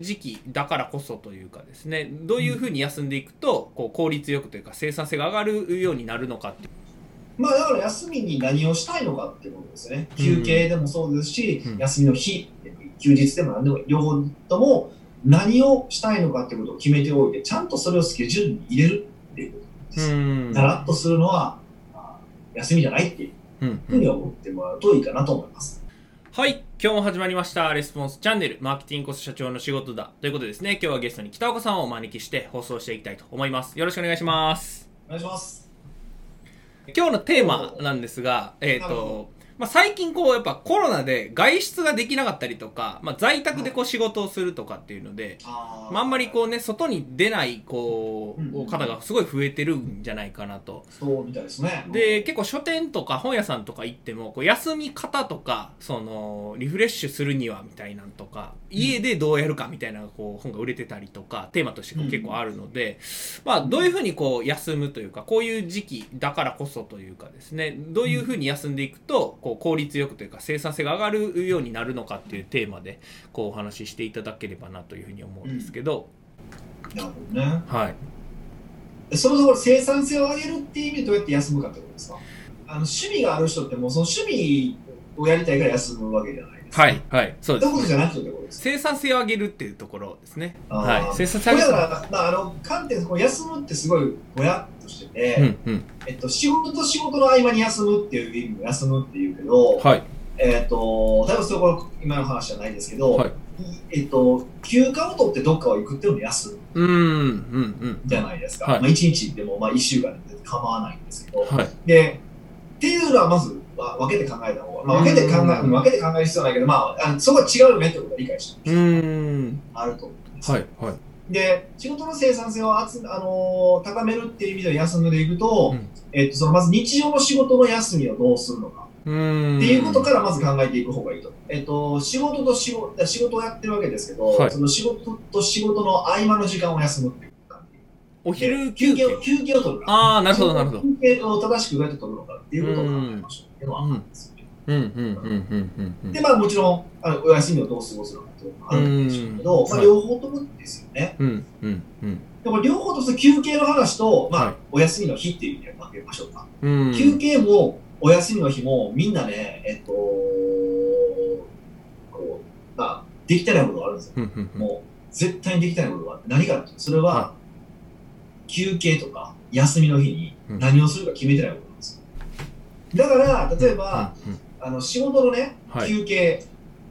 時期だからこそというかですねどういうふうに休んでいくとこう効率よくというか生産性が上がるようになるのかっていうまあだから休みに何をしたいのかってことですよね。休憩でもそうですし、うん休みの日、休日でも何でも両方とも何をしたいのかってことを決めておいて、ちゃんとそれをスケジュールに入れるっていうこと。うんだらっとするのは、まあ休みじゃないっていううんふうに思ってもらうといいかなと思います。はい今日も始まりましたレスポンスチャンネルマーケティングこそ社長の仕事だということでですね今日はゲストに北岡さんをお招きして放送していきたいと思いますよろしくお願いしますお願いします。今日のテーマなんですがえっ、なるほとまあ、最近こうやっぱコロナで外出ができなかったりとか、まあ、在宅でこう仕事をするとかっていうので、あまあ、あんまりこうね外に出ないこうんうんう方がすごい増えてるんじゃないかなとう。そうみたいですね。で結構書店とか本屋さんとか行ってもこう休み方とかそのリフレッシュするにはみたいなんとか家でどうやるかみたいなこう本が売れてたりとかテーマとして結構あるのでまあどういうふうにこう休むというかこういう時期だからこそというかですねどういうふうに休んでいくとこう効率よくというか生産性が上がるようになるのかっていうテーマでこうお話ししていただければなというふうに思うんですけど、なるほどね。はい。そもそも生産性を上げるっていう意味でどうやって休むかってことですかあの趣味がある人ってもうその趣味をやりたいから休むわけじゃないですか。はい、はい、そうでそ ういうこすと。じゃなくてってことですか生産性を上げるっていうところですね。あーはい、生産性こをれ上だげかる。ら、まあ、あの観点こう休むってすごいぼやっとしてて、うん、うん、えっと、仕事と仕事の合間に休むっていう意味も休むっていうけど、はい、えっと例えばそこは今の話じゃないですけど、はいえっと、休暇を取ってどっかを行くっていうのも休むうん、うん、じゃないですか、はいまあ、1日でも、まあ、1週間でも構わないんですけど、うん、はい、で、っていうのはまずわ分けて考えた方が、まあ、分けて考え、うん分けて考える必要はないけど、まあ、あのそこは違うよねってことは理解してうーん、あると思うんです。はい、はい、で、仕事の生産性をあつ、あのー高めるっていう意味では休んでいくと、うんえっと、そのまず日常の仕事の休みをどうするのかうーん。っていうことからまず考えていく方がいいと。えっと、仕事と仕事、仕事をやってるわけですけど、はいその仕事と仕事の合間の時間を休むっていう感じ。お昼で休休憩憩。を、休憩を取るか。ああ、なるほど、なるほど。休憩を正しくどうやって取るのかっていうことを考えましょうっていうのはあるんですよね。うん、うん、うん、うん、うんうんで、。まあもちろん、あのお休みをどう過ごすのかっていうのもあるんでしょうけうど、んまあはい両方ともですよね。うん、うん、うん。でも両方ともその休憩の話と、まあ、はいお休みの日っていう意味で分けましょうか。うん。休憩もお休みの日もみんなね、えっと、こう、まあ、できてないことがあるんですよ。うん、うん、うん。もう、絶対にできてないことがあって、何かあるっていうとそれは、は休憩とか休みの日にうん何をするか決めてないことなんですよ。だから、例えば、うん、うんあの仕事のね、はい休憩、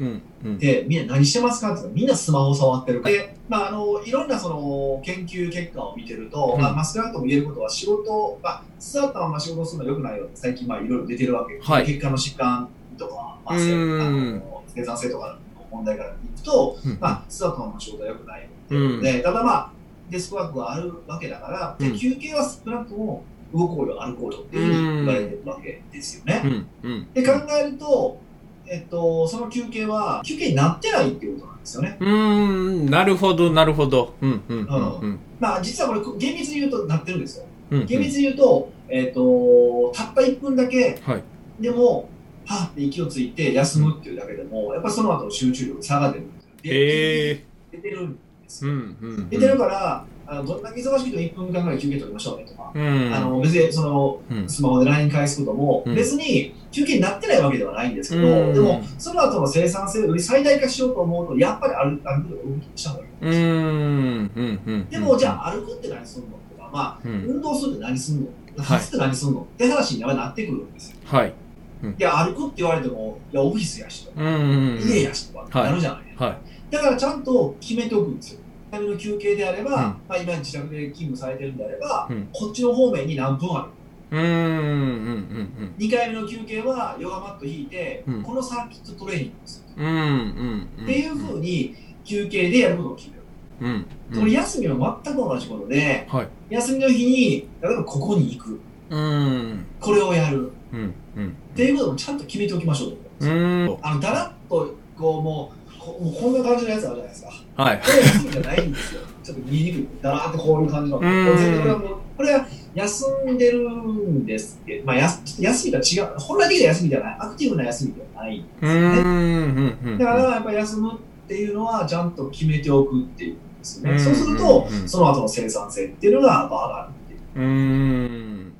うん、うん。で、みんな何してますかって言ったらみんなスマホを触ってるから。で、まあ、あの、いろんなその、研究結果を見てると、うんまあ、まあ、少なくとも言えることは仕事、まあ、座ったまま仕事をするのは良くないよって最近、まあ、いろいろ出てるわけ。はい結果の疾患とか、まあ、うせあんの生産性とかの問題からいくと、うんまあ、座ったままの仕事は良くないよってういうのんで、ただまあ、デスクワークがあるわけだから、でうん休憩は少なくとも動こうよ、歩こうよっていうふうに言われてるわけですよね。うん、うん。で考えると、えっと、その休憩は休憩になってないっていうことなんですよね。うーん、なるほど、なるほど。うん、うん、うんうん。まあ実はこれ厳密に言うとなってるんですよ。うん、うん。厳密に言うと、えっと、たった1分だけはい。でも、はって息をついて休むっていうだけでも、やっぱりその後の集中力差が出るんですよ。へでえ。出てるんですうよ。ん、うん。出てるから、あのどんだけ忙しくても1分間ぐらい休憩取りましょうねとか、うん。あの別にそのうん、スマホで LINE 返すことも、うん別に休憩になってないわけではないんですけど、うんでも、その後の生産性をより最大化しようと思うと、やっぱり歩く、歩くと動きした方がいい。うーん、うん、うん。でも、じゃあ歩くって何するのとか、まあ、うん、運動するって何するのはい走って何するの、って話になってくるんですよ。はい。いや、歩くって言われても、いや、オフィスやしとか、うん、うん。うん家やしとか、はいなるじゃない、はだからちゃんと決めておくんですよ。早めの休憩であれば、うんまあ、今自宅で勤務されてるんであれば、うんこっちの方面に何分あるい。うーん、うん、 2回目の休憩はヨガマット引いて、うんこのサーキットトレーニングをする、うん、うん。うん、うん。っていうふうに休憩でやることを決める、うん。これ休みは全く同じことで、はい休みの日に例えばここに行くうん、これをやるうん、うん。っていうこともちゃんと決めておきましょうと、うーん。あのだらっとこうもうこもうこんな感じのやつあるじゃないですかはい。これ休みじゃないんですよ ちょっと見にくいだらーってこういう感じのうこんれ全然これはもうこれは休んでるんですけど、まあ、やすちょっと休みとは違う本来的な休みではないアクティブな休みではないうん、うん、うん。だからやっぱり休むっっていうのはちゃんと決めておくっていうんですよね。うんそうすると、うんその後の生産性っていうのがまあ上がるっていう。うーん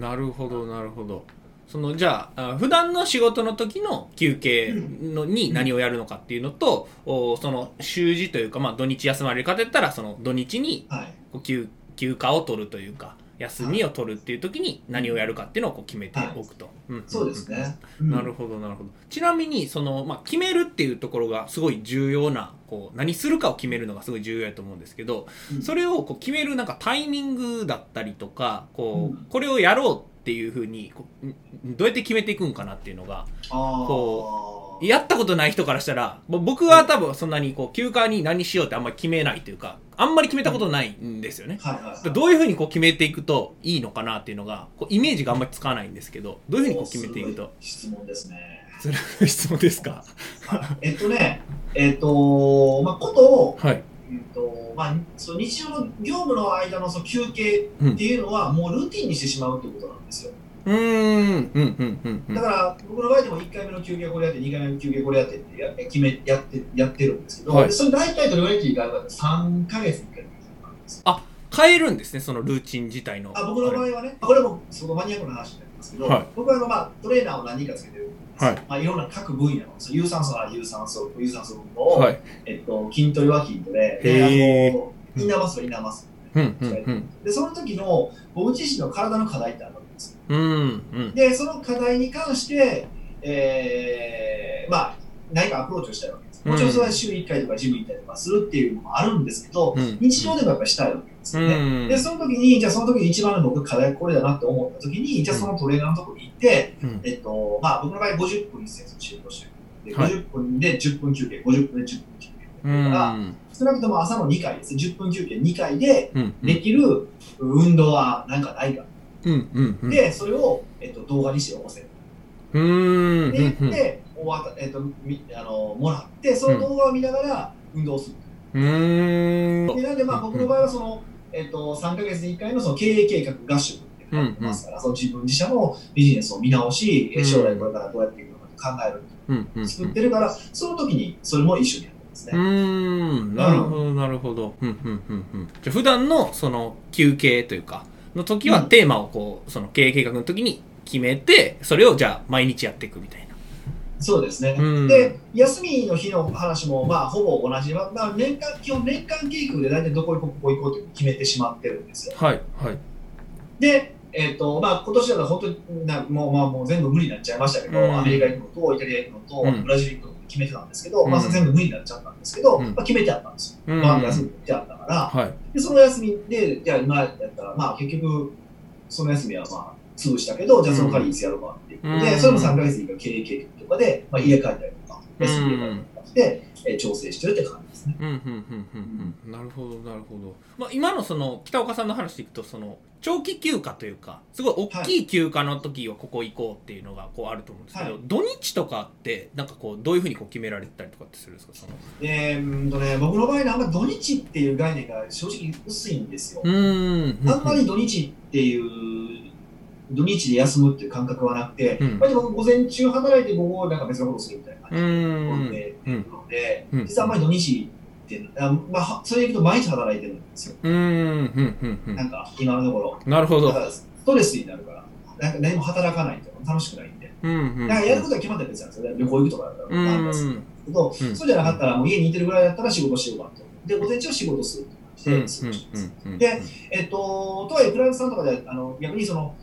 なるほどなるほどそのじゃああ普段の仕事の時の休憩のに何をやるのかっていうのと、おその週次というか、まあ、土日休まれる方やったらその土日にはい。こう休休暇を取るというか休みを取るっていう時に何をやるかっていうのをこう決めておくと、んんんそうですね。なるほほどなるほどちなみにその、まあ、決めるっていうところがすごい重要なこう何するかを決めるのがすごい重要だと思うんですけど、うんそれをこう決めるなんかタイミングだったりとかこう、うんこれをやろうっていうふうにこうんどうやって決めていくんかなっていうのがああ。やったことない人からしたらぼ僕は多分そんなにこう休暇に何しようってあんまり決めないというかあんまり決めたことないんですよね。はいはいはい。どういうふうにこう決めていくといいのかなっていうのがこうイメージがあんまりつかないんですけどどういうふうにこう決めていくとおすご質問ですね。 それは質問ですかえっとね、えっと、まあ、ことを、はい。うんとまあ、その日常の業務の間のその休憩っていうのは、もうルーティンにしてしまうということなんですよ。うーん、うん、うん、うん。うんだから、僕の場合でも1回目の休憩これやって、2回目の休憩これやってってや決めやってやってるんですけど、はいでそれ大体どれぐらい期があるかって3ヶ月に1回なんですよ。変えるんですね、そのルーチン自体の。あ僕の場あれ合はね、これもそのマニアックな話になりますけど、はい僕はあの、まあ、トレーナーを何人かつけてるんですよはいまあ、いろんな各分野の、その有酸素なら有酸素、有酸素運動を、はい。えっと、筋トレは筋トレ、へーで、あの、インナーマッスル、インナーマッスうん、うん、ル。で、その時の、僕自身の体の課題ってあるわけですよ。うん。うん、で、その課題に関して、えー、まあ、何かアプローチをしたいわけです。もちろんそれは週1回とかジム行ったりとかするっていうのもあるんですけど、うん。日常でもやっぱりしたいわけですうよね。ん。で、その時に、じゃあその時に一番の僕課題これだなって思った時に、じゃあそのトレーナーのところに行って、うんえっと、まあ僕の場合50分一節集合してる。で、はい50分で10分休憩、50分で10分休う憩。だから、ん。少なくとも朝の2回です。10分休憩2回でうん。できる運動は何かないか。うん、うん、うん。で、それを、えっと、動画にして起こせ。ってうーん。言っうんて、終わった、えっと、みあの、もらって、その動画を見ながら運動する。うん。うーん。で、なんで、まあ、うん僕の場合は、その、えっと、3ヶ月に1回のその経営計画合宿っていうのをやってますから、その自分自社のビジネスを見直し、えうん将来これからどうやっていくのか考える、うん、うん。作ってるから、その時にそれも一緒にやってますうね。ーん、なるほど、なるほど。うん、うん、うん、うん。じゃあ普段の、その、休憩というか、の時はうんテーマをこう、その経営計画の時に決めて、それをじゃあ毎日やっていくみたいな。そうですね。うんで、休みの日の話も、まあ、ほぼ同じ、まあまあ、年間、基本年間計画で大体どこ行こう、ここ行こうって決めてしまってるんですよ。はい、はい。で、えっ、と、まあ、今年だと本当にな、もう、まあ、もう全部無理になっちゃいましたけど、うんアメリカ行くのと、イタリア行くのと、うんブラジル行くのって決めてたんですけど、うんまあ、全部無理になっちゃったんですけど、うんまあ、決めてあったんですよ。うん。まあ、休はみってあったから、い。で、その休みで、じゃあ今やったら、まあ、結局、その休みはまあ、潰したけど、じゃあその代わりいつやろうかっていうことで、うんそれも3ヶ月以下経営計画とかで、まあ、家帰ったりとか、うん休み入れたりとかして、えー調整してるって感じですね。うんうんうんうんうんなるほどなるほど、まあ、今のその北岡さんの話でいくとその長期休暇というかすごい大きい休暇の時はここ行こうっていうのがこうあると思うんですけど、はい土日とかってなんかこうどういうふうにこう決められたりとかってするんですかそのえーうんとね、僕の場合ね、あんまり土日っていう概念が正直薄いんですよ。うーんあんまり土日っていう、土日で休むっていう感覚はなくて、うんまあでも午前中働いて午後なんか別のことするみたいうな感じーんで、うんなので、うん実はあんまり土日って、あまあ、それでいくと毎日働いてるんですよ。うーんうんうんうなんんか、今のところ。なるほだどから、ストレスになるから、なんか何も働かないと楽しくないんで。うんうんだからやることは決まったら別なんですよね。旅行行くとかだったうらありますんけど、うんそうじゃなかったらもう家にいてるぐらいだったら仕事しようかと。で、午前中は仕事するってうんう感んじで過ごしてます。うんうんでえっと、とはいえ、クライアントさんとかで、あの逆にその、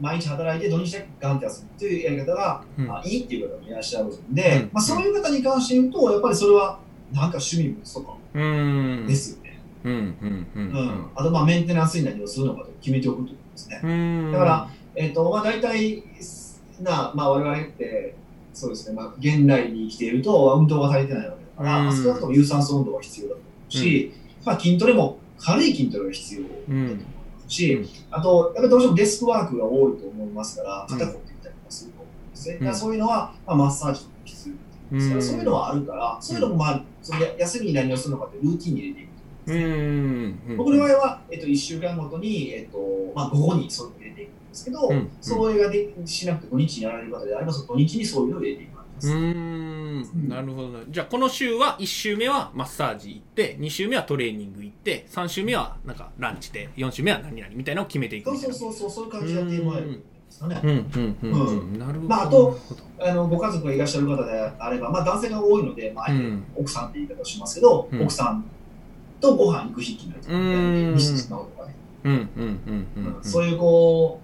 毎日働いて土日だけガンって休むっていうやり方が、うんあいいっていう方もいらっしゃるんで、うんまあ、そういう方に関して言うと、やっぱりそれは、なんか趣味もとかうーんですよね。うんうんううんん。あと、まあ、メンテナンスに何をするのかと決めておくということですね。うんだからえっと、まあ、大体、な、まあ、我々って、そうですね、まあ、現代に生きていると、運動が足りてないわけだから、うんまあ、少なくとも有酸素運動が必要だと思うし、まあ、筋トレも軽い筋トレが必要だとう思んうし、うんあと、やっぱりどうしてもデスクワークが多いと思いますから、肩こってきたりとかすると思うんですね。うんだからそういうのは、まあ、マッサージとか必要うですから、んそういうのはあるから、そういうのも、まあ、そのや休みに何をするのかってルーティンに入れていく。うんうん僕の場合は、えっと、1週間ごとに、えっとまあ、午後にそういうのを入れていくんですけど、うんそれがでしなくて土日にやられる方であればその土日にそういうのを入れていく感じまうーす。ん、なるほどね。じゃあ、この週は、1週目はマッサージ行って、2週目はトレーニング行って、3週目は、なんか、ランチで、4週目は何々みたいなのを決めていくそうみたいそうな。そうそう、そういう感じでやってもらえるんですかね。うん、うん、うん、うん。なるほど。まああとあのご家族がいらっしゃる方であれば、まあ、男性が多いので、まあなるほど、うん。奥さんって言い方をしますけど、うん奥さんとご飯行く日ってなると、うんミスのとかね、うん、うん、うん、うん。そういうこ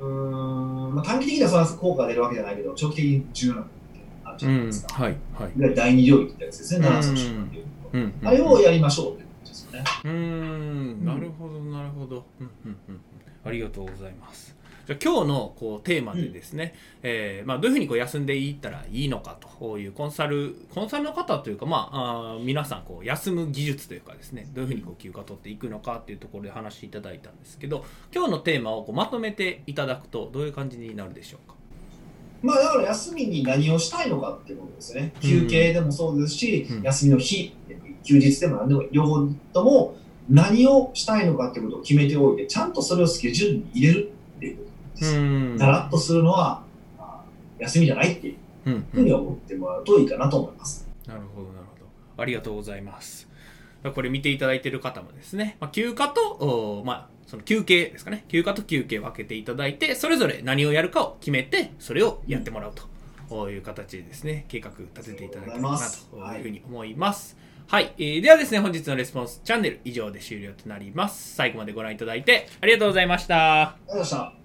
う、うーんまあ、短期的にはそれは効果が出るわけじゃないけど、長期的に重要なことってあるじうゃないん、ですか。はい、はい。いわゆる第二領域ってやつですね、うん7つの習慣っていうのうんうんあれをやりましょうってことですよね。うーん、なるほど、なるほど。うんうんうんありがとうございます。じゃあ今日のこうテーマでですね、えーまあ、どういうふうにこう休んでいったらいいのかというコンサル、コンサルの方というか、まあ、あー皆さんこう休む技術というかですね、どういうふうにこう休暇取っていくのかっていうところで話していただいたんですけど、今日のテーマをこうまとめていただくとどういう感じになるでしょうか。まあ、だから休みに何をしたいのかっていうことですよね。休憩でもそうですし、うん休みの日、休日でも何でもいい両方とも何をしたいのかっていうことを決めておいて、ちゃんとそれをスケジュールに入れるっていうこうーんと。だらっとするのは、まあ休みじゃないっていううんふうに思ってもらうといいかなと思います。なるほど、なるほど。ありがとうございます。これ見ていただいている方もですね、まあ、休暇と、おーまあ、その休憩ですかね、休暇と休憩を分けていただいて、それぞれ何をやるかを決めて、それをやってもらうと。こういう形でですね、計画立てていただければなというふうに思います。はい、えーではですね、本日のレスポンスチャンネル以上で終了となります。最後までご覧いただいてありがとうございました。ありがとうございました。